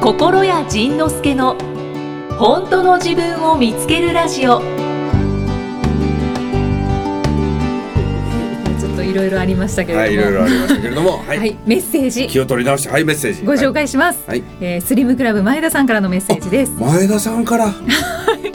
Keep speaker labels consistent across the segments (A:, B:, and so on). A: 心谷仁之助の本当の自分を見つけるラジオ
B: ちょっといろいろありましたけれども、
C: はい、いろいろありましたけれど も、は、
B: はいいメッセージ
C: 気を取り直して、はい、メッセージ。
B: ご紹介します、
C: はい。
B: えースリムクラブ前田さんからのメッセージです
C: はい前田さん から。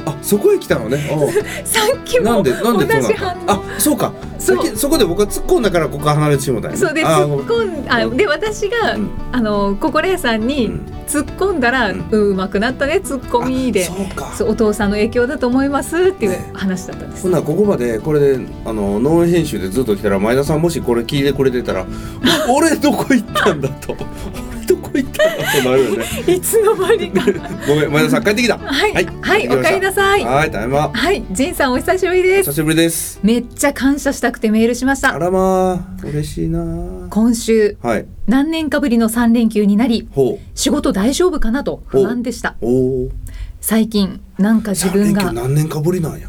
C: あ、そこへ来たのね。おう
B: さっき
C: な
B: も
C: んで、なんで
B: 同じ
C: そうなの
B: 反応
C: あ、そうか。
B: そ
C: そうこ、そこで僕は突っ込んだから、ここ離れてしまったんやね。
B: そうで
C: あ
B: 突っ込んあで私が、
C: うん
B: あのココレイさんに突っ込んだら、う
C: うん
B: まくなったね突っ
C: ご
B: 込
C: めん
B: みで
C: あそうか。
B: そうお父さんの影響だと思いますっていう
C: ね
B: 話だったんです、
C: ほんならここまでこれであのノン編集でずっと来たら前田さんもしこれ聞いてくれて たら「お俺どこ行ったんだ」と「俺どこ行ったんだ」となるよね。
B: いつの間にか
C: ごめん前田さん帰ってきた。は
B: はいは
C: はいい、
B: お帰りなさい
C: ーいただいま。
B: はいジンさんお久しぶりです
C: 久しぶりです。
B: めっちゃ感謝したくてメールしまし
C: あ
B: た
C: らまあ嬉しいなー。
B: 今週
C: はい。
B: 何年かぶりの3連休になり
C: ほ
B: 仕事大丈夫かなと不安でした
C: う。おお。
B: 最近なんか自分
C: じゃあ
B: が
C: 連休何年かぶりなんや。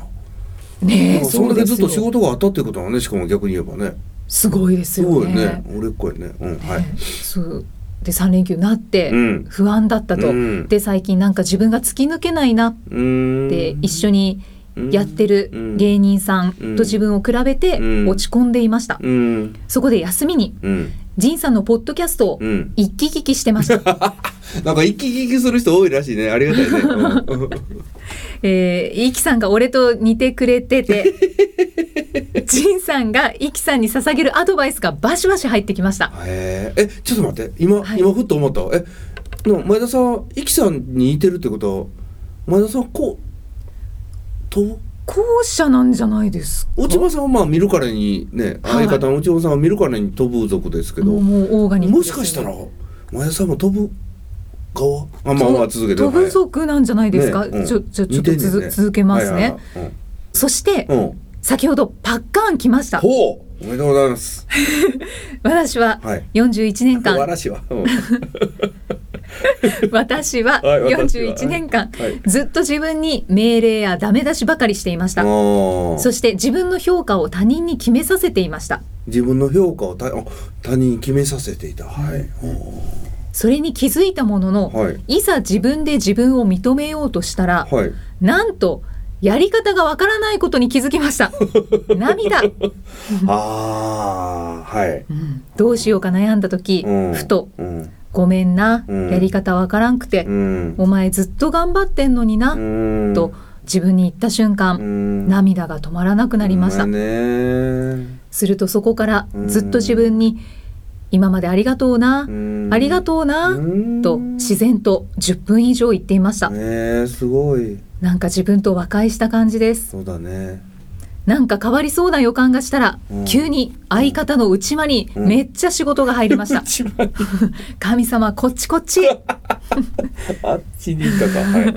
B: ねえ
C: そんだけずっと仕
B: そうですよ
C: 事があったっていうことなのね。しかも逆に言えばね。
B: すごいです
C: す
B: よ
C: ごい
B: ね
C: よね。俺っ子やね。うんはい。
B: そうで3連休になって
C: うん
B: 不安だったと、
C: うん
B: で最近なんか自分が突き抜けないなっ
C: うーん。
B: て一緒にやってる芸人さんと自分を比べて
C: うん
B: 落ち込んでいました、
C: うん
B: そこで休みに
C: うん
B: 仁さんのポッドキャストを
C: うん。
B: 一気聞きして ました、
C: なんか行き来する人多いらしいね。ありがたいね。 うん
B: えー、イキさんが俺と似てくれ てて仁さんがイキさんに捧げるアドバイスがバシバシ入ってきました
C: へえ。え、ちょっと待って。今、
B: はい
C: 今ふっと思ったわ。え、でも前田さん、イキさんに似てるってことは、前田さん、こう、と、
B: 後者なんじゃないですか
C: 内間さんはまあ見るからにね、
B: はい
C: 相方の内間さんは見るからに飛ぶ族ですけど、
B: もうもうオーガニック
C: も
B: です
C: し
B: よ
C: かしたら、前田さんも飛ぶ側あ、まあまあ続けて
B: 飛ぶ
C: 族
B: 族なんじゃないですか、ちょちょちょっと続,、続けますね、そして、
C: うん。うん
B: 先ほどパッカーン来ました
C: ほうおめでとうございます。
B: 私は
C: はい
B: 41年間、
C: 素晴らしいわ。うん
B: 私は
C: はい私は
B: 41年間、
C: はい
B: ずっと自分に命令やダメ出しばかりしていました
C: ああ。
B: そして自分の評価を他人に決めさせていました
C: 自分の評価を他あ他人に決めさせていた。はい。
B: それに気づいたものの、、
C: はい
B: ざ自分で自分を認めようとしたら、
C: はい。
B: なんとやり方がわからないことに気づきました 涙、
C: ああ、はい。
B: うんどうしようか悩んだ時、
C: うん
B: ふと
C: うん。
B: ごめんな、
C: うん
B: やり方わからんくて
C: う、ん。
B: お前ずっと頑張ってんのにな、
C: うん
B: と、自分に言った瞬間、
C: うん
B: 涙が止まらなくなりました、
C: ほんね
B: するとそこから
C: うん
B: ずっと自分に今までありがとうな、ありが
C: う
B: とうな、
C: ん
B: と自然と10分以上言っていました、
C: ねえ、すごい。
B: なんか自分と和解した感じです
C: そうだね。
B: なんか変わりそうな予感がしたら、
C: うん
B: 急に相方の内間に
C: うん
B: めっちゃ仕事が入りました、
C: 一番
B: 神様こっち こっち
C: あっちに行ったか。はい。うん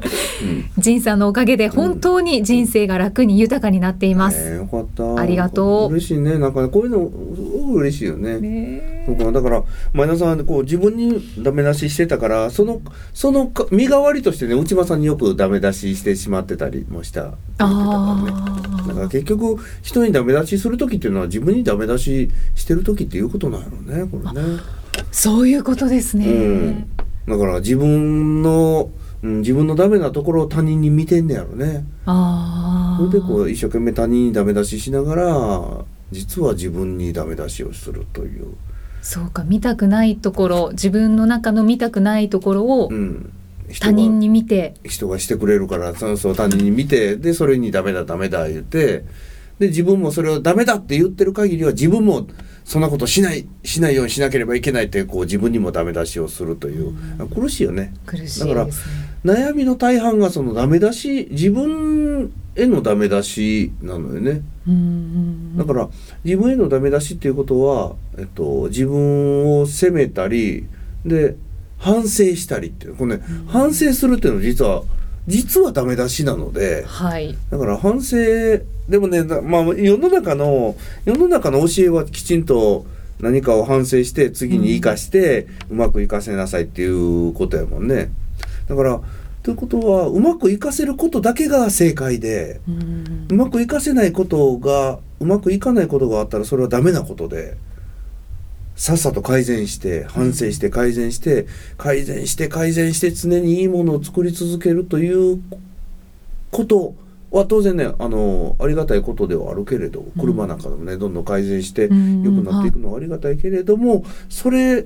B: 仁さんのおかげで本当に人生が楽に豊かになっています、
C: ねえよかった。
B: ありがとう
C: 嬉しいね。なんかこういうのすごく嬉しいよね。
B: ね
C: そうかだから前田さんはこう自分にダメ出ししてたからそのそのか身代わりとしてね内間さんによくダメ出ししてしまってたりもしたって言ってたからね。
B: あ
C: だ
B: ー
C: から結局人にダメ出しする時っていうのは自分にダメ出ししてる時っていうことなんやろうねこれね。
B: そういうことですね、
C: うん。だから自分の、うん、自分のダメなところを他人に見てんねやろね。
B: あ
C: そ
B: あ
C: れでこう一生懸命他人にダメ出ししながら実は自分にダメ出しをするという。
B: そうか見たくないところ自分の中の見たくないところを
C: うん。人
B: 他
C: が
B: 人に見て、
C: 人がしてくれるからそのそう他人に見てでそれにダメだダメだ言ってで自分もそれをダメだって言ってる限りは自分もそんなことしないしないようにしなければいけないってこう自分にもダメ出しをするという苦しいよね
B: 苦しいです
C: だ
B: ね
C: から悩みの大半がそのダメ出し自分へのダメ出しなのよね
B: うんうんう
C: だ
B: ん
C: から自分へのダメ出しっていうことは、えっと、自分を責めたりで反省したりっていうこのね、反省するっていうのは実は実はダメ出しなので
B: はい
C: だから反省でもね、だまあ、世の中の世の中の教えはきちんと何かを反省して次に生かして、うまく生かせなさいっていうことやもんね。だからということはうまく生かせることだけが正解で。
B: うん
C: うまくいかせないことがうまくいかないことがあったらそれはダメなことでさっさと改善して反省して改善して改善して改善して常にいいものを作り続けるということは当然ねあのありがたいことではあるけれど車なんかでもねどんどん改善して良く
B: うん
C: なっていくのはありがたいけれどもそれ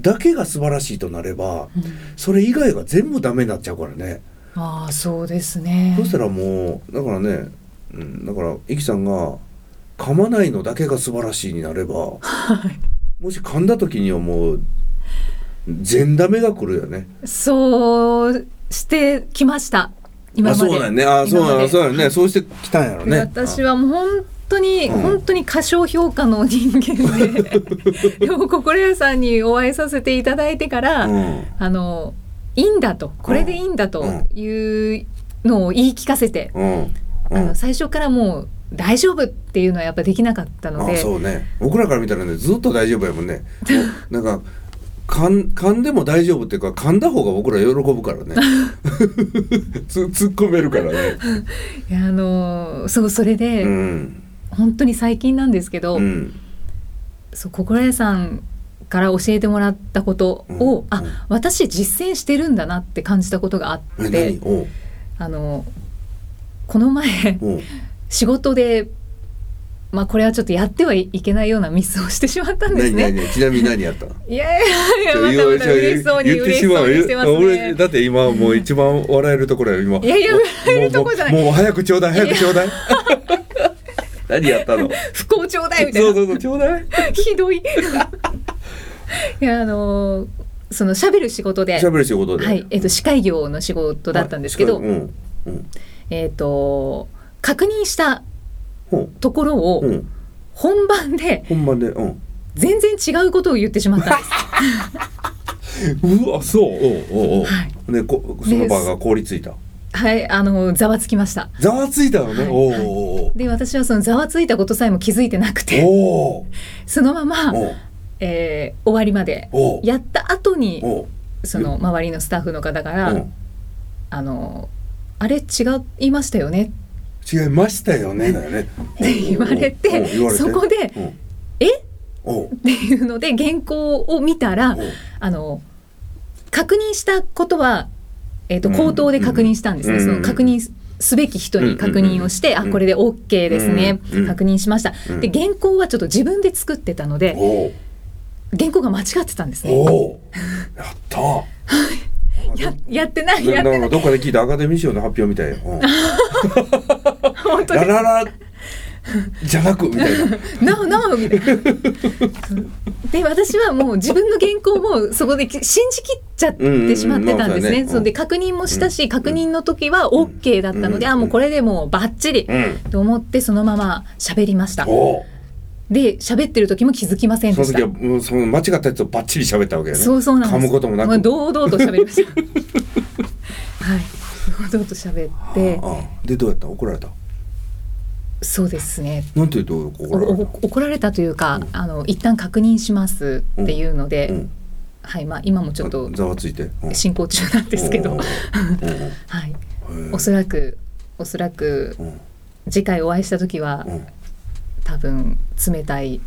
C: だけが素晴らしいとなれば
B: うん
C: それ以外が全部ダメになっちゃうからね。
B: ああそうですね
C: そしたらもうだからね、うん、だからイキさんが噛まないのだけが素晴らしいになれば、もし噛んだ時にはもう全ダメが来るよね。
B: そうしてきました今
C: あ
B: まで
C: そうだよね。あそう
B: 今
C: だ
B: ま
C: ね
B: で
C: そうだよね。そうしてきたんやろね。
B: 私はもう本当に、
C: うん
B: 本当に過小評価の人間で でも心屋さんにお会いさせていただいてから、
C: あ。うん
B: あのいいんだとこれでいいんだと
C: う
B: いうのを言い聞かせて、
C: うんう
B: あ
C: ん
B: の。最初からもう大丈夫っていうのはやっぱできなかったの
C: あ
B: で
C: そうね。僕らから見たらねずっと大丈夫やもんね。 もうなんか。噛ん噛んでも大丈夫っていうか噛んだ方が僕ら喜ぶから ねつ 突っ込めるからね、
B: いやあのそうそれで、
C: うん
B: 本当に最近なんですけど、
C: うん、
B: そう心屋さんから教えてもらったこと
C: う
B: を、
C: ん
B: あ
C: うん
B: 私実践してるんだなって感じたことがあ
C: え
B: って。
C: 何おう
B: あのこの前
C: おう
B: 仕事でまあこれはちょっとやってはいけないようなミスをしてしまったんです
C: 何
B: ね。
C: 何ちなみに何やったの
B: いやいやいやま
C: ちょ
B: たまた嬉しそうに
C: 言って
B: 嬉
C: し
B: し
C: ま
B: そううにしてます
C: 俺
B: ね。
C: だって今もう一番笑えるところや今
B: いやいや
C: もう
B: 笑えるとこじゃない
C: もうもう早くちょうだい早くちょう だい何やったの
B: 不幸ちょうだいみた
C: そ
B: いう
C: そうそうちょうだい
B: なひどい。い やあのその喋る仕事で。
C: 喋る仕事で
B: は、
C: はい
B: えっと司会業の仕事だったんですけど、
C: はいうんうん
B: えっと確認した
C: ほう
B: ところ
C: う
B: を
C: ん
B: 本番で
C: 本番でうん
B: 全然違うことを言ってしまったんです。
C: うわそうおうおうおう
B: はい
C: でこその場が凍りついた
B: はい、あのざわつきました。
C: ざわついたのね
B: はい
C: おうおう
B: で私はそのざわついたことさえも気づいてなくて
C: おう
B: そのまま、
C: おう
B: えー終わりまで
C: おう
B: やった後に
C: おう
B: その周りのスタッフの方か
C: お
B: ら
C: う
B: 「あのあれ違いましたよね」
C: 違いましたよねだよね。
B: って言われて
C: うん言われ
B: そこで
C: うん
B: え
C: おう
B: っていうので原稿を見たら
C: おう
B: あの確認したことは、えー、と
C: うん
B: 口頭で確認したんですね、
C: うん
B: その確認すすべき人に確認をして、
C: うん
B: あこれで OK ですね、
C: うん
B: 確認しました、
C: うん
B: で原稿はちょっと自分で作ってたので
C: おう
B: 原稿が間違ってたんですね。
C: おうやった
B: ややってないや
C: な
B: っ
C: ない
B: てな
C: んかどっかで聞いたアカデミー賞の発表みたいようん
B: 本当
C: ラ
B: に
C: ララじゃなくみたいな
B: 「なおなお」みたいな。 で私はもう自分の原稿もそこでき信じきっちゃってしまってたん
C: うんうんうんまあそ
B: です
C: うだね
B: ね。
C: うん
B: そので確認もしたし、確認の時は
C: ん
B: OK だったので、
C: うん
B: あもうこれでもうバッチリ
C: うん
B: と思ってそのまま喋りました。
C: おう
B: で喋ってる時も気づきません
C: その
B: でし
C: 時は
B: た。
C: もうその間違ったやつをバッチリ喋ったわけよね
B: そうそうなんです。
C: 噛むこともなく
B: まあ堂々と喋り ました。はい。堂々と喋って、
C: ああでどうやった怒られた
B: そうですね。
C: なんて言うと怒られ
B: おお怒られたというか、あの一旦確認しますっていうので、
C: たうん
B: はいまあ、今もちょっと
C: ざわついてうん
B: 進行中なんですけ
C: お
B: ど
C: う、おうおう
B: はい、
C: おうへえ
B: おそらくおそらく
C: うん
B: 次回お会いした時は
C: うん
B: 多分冷たい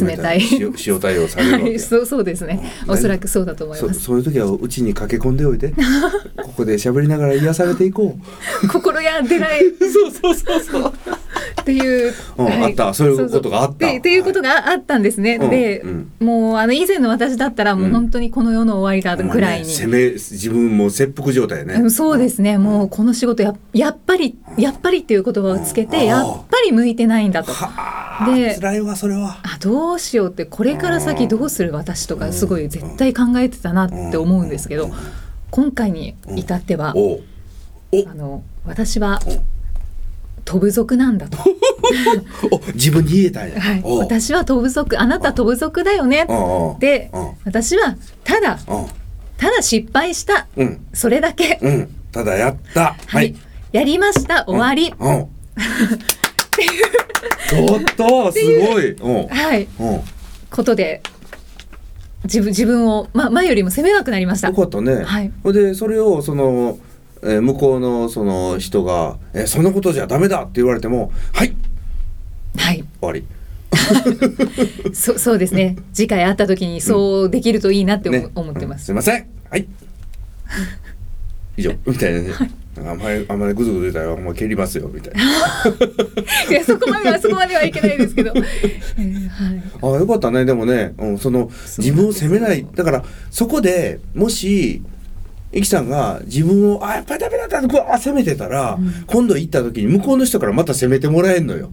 B: 冷たい
C: 塩塩対応されるわけ
B: は
C: や
B: いそうそうですね
C: うん
B: おそらくそうだと思い
C: そ
B: ます
C: そういう時はうちに駆け込んでおいてここで喋りながら癒されていこう
B: 心や 出ないそうそうそうそうっていう、
C: うんあったそういうことがあった
B: ってっていうことがあったんですね、
C: うん
B: で、
C: うん
B: もうあの以前の私だったらもう本当にこの世の終わりだぐらいに、
C: 攻め自分も切腹状態やね、
B: うんそうですね、もうこの仕事ややっぱりやっぱりっていう言葉をつけて、
C: うん
B: やっぱり向いてないんだと
C: はあ
B: で
C: 辛いわそれは
B: あどうしようってこれから先どうする私とかすごい絶対考えてたなって思うんですけど今回に至っては
C: おうお
B: あの私は飛ぶ族なんだと、
C: お自分に言えたんや、
B: はい、
C: おう
B: 私は飛ぶ族あなた飛ぶ族だよね
C: うんうん
B: で
C: うん
B: 私はただただ失敗した
C: うんうん
B: それだけ
C: うんただやった
B: は
C: はいい、
B: やりました終わり
C: うんおっとすごいうん
B: はい
C: うん
B: ことで自分自分を、ま、前よりも責めなくなりました
C: よかったね。
B: はい
C: ほいでそれをその、えー向こうのその人が、えーそんなことじゃダメだって言われても、はい
B: はい
C: 終わり。
B: そそうですね次回会った時にそうできるといいなって思,、
C: ね
B: 思ってま
C: うん
B: す、
C: すいません はい以上みたいなね、あんまりあんまりグズグズ言ったらほんま蹴りますよみたいな
B: いやそこ まではそこまではいけないですけど、えーはい、
C: あよかったねでもね、うん、その
B: そう
C: 自分を責めないだからそこでもしイキさんが自分をあやっぱりダメだったってあ責めてたら、
B: うん
C: 今度行った時に向こうの人からまた責めてもらえるのよ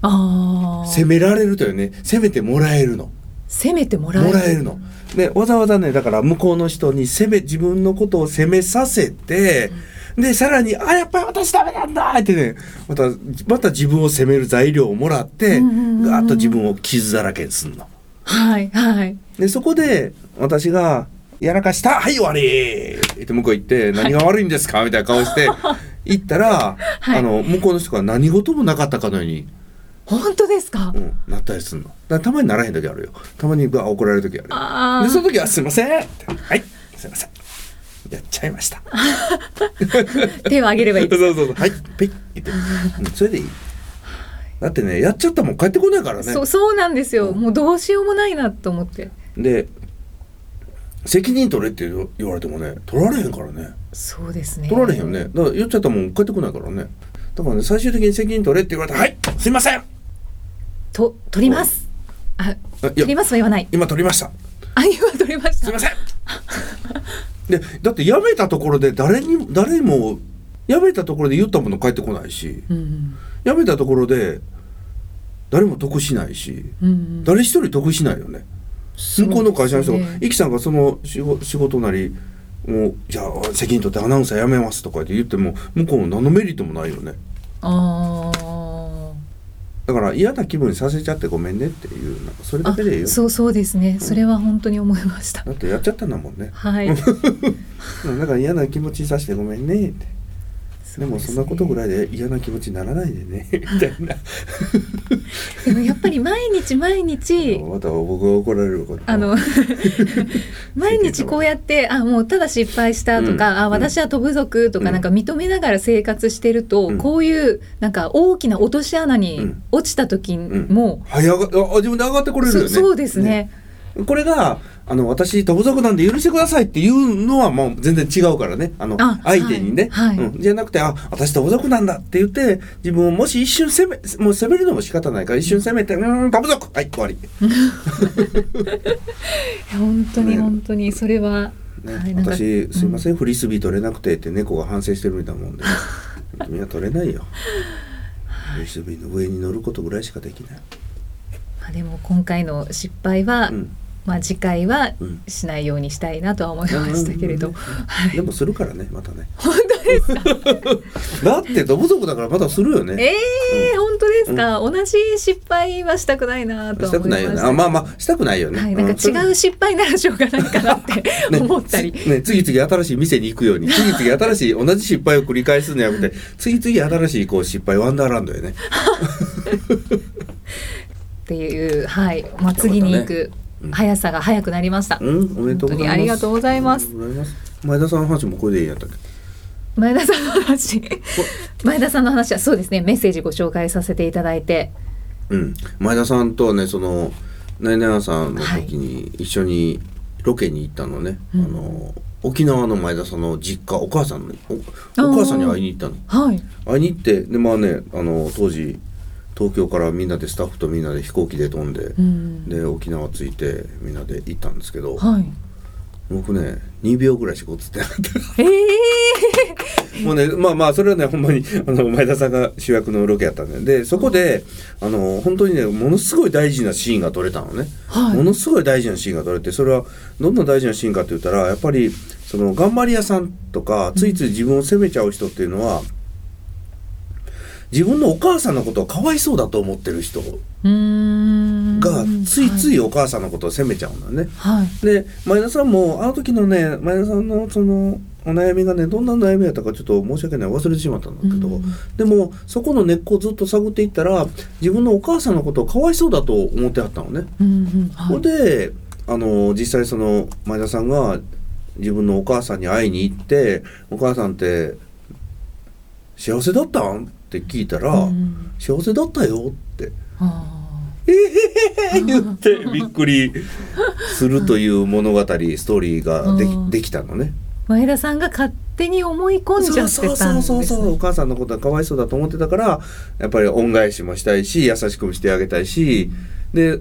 B: ああ
C: 責められるというね責めてもらえるの
B: 責めてもらえる
C: もらえるの。でわざわざねだから向こうの人に責め自分のことを責めさせて、でさらに「あやっぱり私ダメなんだ!」ってねまたまた自分を責める材料をもらって、
B: うんうんうんうん
C: ガーッと自分を傷だらけにすんの。
B: はいはい
C: でそこで私が「やらかしたはい終わり!」って向こう行って「何が悪いんですか?」みたいな顔 して行ったら、
B: はい
C: あの向こうの人が何事もなかったかのように、
B: 本当ですか、
C: うん、なったりすんの。だからたまにならへん時あるよ。たまにうわ怒られる時あるよ。
B: あ
C: でそ
B: あ
C: の時は「すいません」ってはいすいませんやっちゃいました」
B: 手を挙げれば い
C: そ
B: いうです
C: そうそう「はいピッ」って言ってうんそれでいいだってねやっちゃったもん帰ってこないからね
B: そうそうなんですよ、もうどうしようもないなと思って
C: で責任取れって言われてもね取られへんからね
B: そうですね
C: 取られへんよねだからやっちゃったもん帰ってこないからねだからね最終的に責任取れって言われて「はいすいません!あ」
B: と取りますあ
C: い
B: 取り
C: や
B: ますは言わない
C: 今取りました
B: あ今取りまし
C: す
B: た
C: いませんでだってやめたところで誰に誰もやめたところで言ったもの帰ってこないし
B: うん
C: やめたところで誰も得しないし
B: うんうん
C: 誰一人得しないよね
B: そう
C: 向
B: ですね
C: こうの会社の人が「イキさんがその仕事仕事なりもうじゃあ責任取ってアナウンサー辞めます」とかって言っても向こうも何のメリットもないよね
B: あ
C: だから嫌な気分にさせちゃってごめんねっていうなんかそれ
B: あ
C: だけでいいよ
B: そうそうですねそれは本当に思いました
C: だってやっちゃったんだもんね
B: はい
C: うんだから嫌な気持ちにさせてごめんねって でもそんなことぐ
B: い
C: らいで嫌な気持ちにならないで ねみたいな
B: でもやっぱり毎日毎日
C: また僕が怒られること
B: あの 毎日こうやってあもうただ失敗したとか、
C: うん
B: あ私は飛ぶ族と
C: う
B: か、
C: ん
B: なんか認めながら生活してると、
C: うん
B: こういうなんか大きな落とし穴
C: う
B: に
C: ん
B: 落ちた時も、
C: 早があ自分で上がってこれるよ
B: そ
C: ね
B: そうですね
C: これが、あの、私、盗賊なんで許してくださいっていうのはもう全然違うからね。あの、
B: あ
C: 相手にね、
B: はいはい
C: うん。じゃなくて、あ、私盗賊なんだって言って、自分をもし一瞬責め、もう責めるのも仕方ないから、一瞬責めて、うーん、盗賊はい、終わり。
B: いや本当に
C: ね
B: 本当にそれは、
C: ね
B: はいなんか
C: 私、すいませ、
B: うん
C: フリスビー取れなくてって猫が反省してるみたいなもん で、君は取れないよ。フリスビーの上に乗ることぐらいしかできない。
B: んまあ、でも今回の失敗は、
C: うん。
B: まあ、次回は
C: うん
B: しないようにしたいなとは思いましたけれど、
C: うん
B: はい
C: でもするからね、またね。本当ですかだって、盗賊だからまたするよね。
B: ええー、本当ですか、同じ失敗はしたくないなと
C: し
B: は
C: た
B: 思
C: く
B: いま
C: な
B: し
C: いよ
B: たけ
C: ね。
B: ど
C: あまあまあしたくないよね。
B: はい、なんか違う失敗ならしょうがないかなって
C: ね
B: 思ったり、
C: つね次々新しい店に行く ように次々新しい同じ失敗を繰り返すんじゃなくて次々新しいこう失敗ワンダーランドよね
B: っていう、はい、まあ、次に行く
C: うん
B: 速さが速くなりました。
C: うんおめでとうございます
B: 本当にありがとうございます
C: ありがとうございます前田さんの話もこれでいいんやったっけ
B: 前田さんの話、前田さんの話はそうですね、メッセージご紹介させていただいて、
C: うん前田さんとはねそのナイナイさんの時に一緒にロケに行ったのね、
B: うん
C: あの沖縄の前田さんの実家お母さんのおお母さんに会いに行ったの
B: はい、
C: 会いに行ってでまあねあの当時東京からみんなでスタッフとみんなで飛行機で飛んで、
B: うん、
C: で沖縄着いてみんなで行ったんですけど
B: はい、
C: 僕ね2秒ぐらいしか映ってなかっ
B: ええ
C: たもうね まあまあそれはねほんまにあの前田さんが主役のロケやったんででそこであの本当にねものすごい大事なシーンが撮れたのね、
B: はい
C: ものすごい大事なシーンが撮れてそれはどんな大事なシーンかって言ったらやっぱりその頑張り屋さんとかついつい自分を責めちゃう人っていうのは、自分のお母さんのことをかわいそうだと思ってる人
B: うーん、
C: がついつ
B: い、
C: いお母さんのことを責めちゃうんだよね。
B: はい、
C: で前田さんもあの時のね前田さんのそのお悩みがねどんな悩みやったかちょっと申し訳ない忘れてしまったんだけど、
B: うん
C: でもそこの根っこをずっと探っていったら自分のお母さんのことをかわいそうだと思ってあったのね。
B: うんうん、は
C: ほん
B: い、
C: であの実際その前田さんが自分のお母さんに会いに行って「お母さんって幸せだったん?」って聞いたら「
B: うん
C: 幸せだったよ」って
B: あ
C: えー、言ってびっくり するという物語、ストーリーがで
B: うん
C: きできたのね。
B: 前田さんが勝手に思い込んじゃってたん
C: そう
B: です
C: そうそうそう
B: ね
C: お母さんのことはかわいそうだと思ってたからやっぱり恩返しもしたいし優しくしてあげたいしで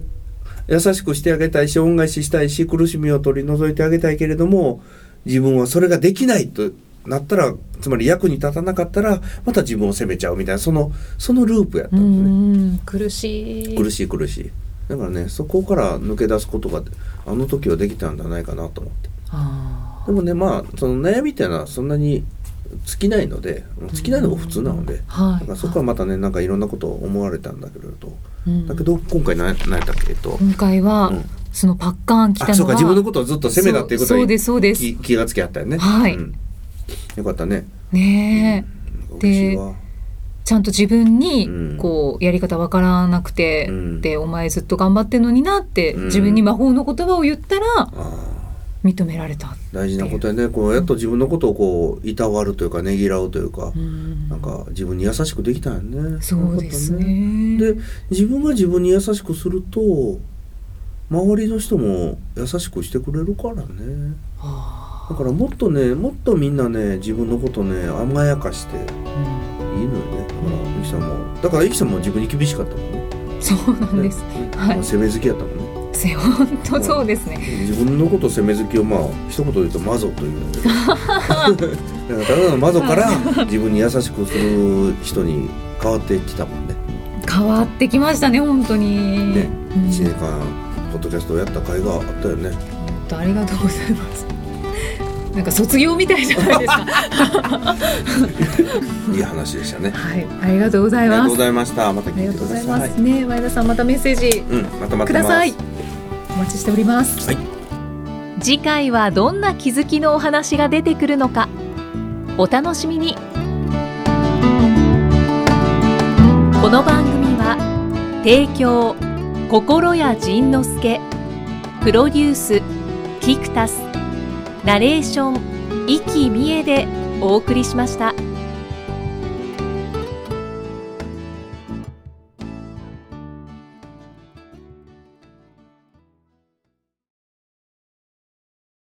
C: 優しくしてあげたいし恩返ししたいし苦しみを取り除いてあげたいけれども自分はそれができないとなったらつまり役に立たなかったらまた自分を責めちゃうみたいなそのそのループやった
B: うん
C: ですね。
B: んうん苦しい
C: 苦しい苦しいだからねそこから抜け出すことがあの時はできたんじゃないかなと思って
B: あ
C: でもねまあその悩みっていうのはそんなに尽きないので尽きないのが普通なので、
B: ーは
C: だ
B: い
C: からそこはまたねなんかいろんなことを思われたんだけれど
B: うん
C: だけど今回何何やったっけえっと、
B: 今回は、
C: うん
B: そのパッカーン来たの
C: あ
B: は
C: そうか自分のことをずっと責めたっていうこと
B: そうそう
C: に
B: ですそうです
C: 気気がつきあったよね、
B: はい
C: うんよかったね
B: ねえ、
C: なんか嬉しいわ
B: ちゃんと自分に
C: うん
B: こうやり方わからなくて、
C: うん
B: でお前ずっと頑張ってんのになって、
C: うん
B: 自分に魔法の言葉を言ったら
C: ああ
B: 認められた、
C: 大事なことやねこうやっと自分のことをこういたわるというかねぎらうというか、
B: うん
C: なんか自分に優しくできたよね。
B: そうですね
C: そういうことね。で自分が自分に優しくすると周りの人も優しくしてくれるからね。
B: は
C: だからもっとねもっとみんなね自分のことね甘やかしていい
B: あ
C: のよね。だからゆきさんもだからゆきさんも自分に厳しかったもんね。
B: うんそうなんです、
C: ね
B: はい
C: まあ、攻め好きやったもんね。
B: せ 本当そうですね、
C: 自分のこと攻め好きをまあ一言で言うとマゾというんだけど。だからただのマゾから自分に優しくする人に変わってきたもんね。
B: 変わってきましたね本当に、
C: ね
B: うん
C: 1年間ポッドキャストをやった甲斐があったよね
B: 本当ありがとうございます なんか卒業みたいじゃないです か
C: いい話でしたね
B: はいありがとうござ
C: あ
B: い
C: りがと
B: ま
C: うご
B: す
C: ざいましたまた
B: あり
C: 聞い
B: が
C: て
B: とう
C: く
B: ござ
C: だ
B: いま
C: さい
B: すね前田さんまたメッセージ
C: うんまた待ってます
B: くださいお待ちしております
A: 次回はどんな気づきのお話が出てくるのかお楽しみにこの番組は提供心谷仁之助プロデュースキクタスナレーション生きみえでお送りしました。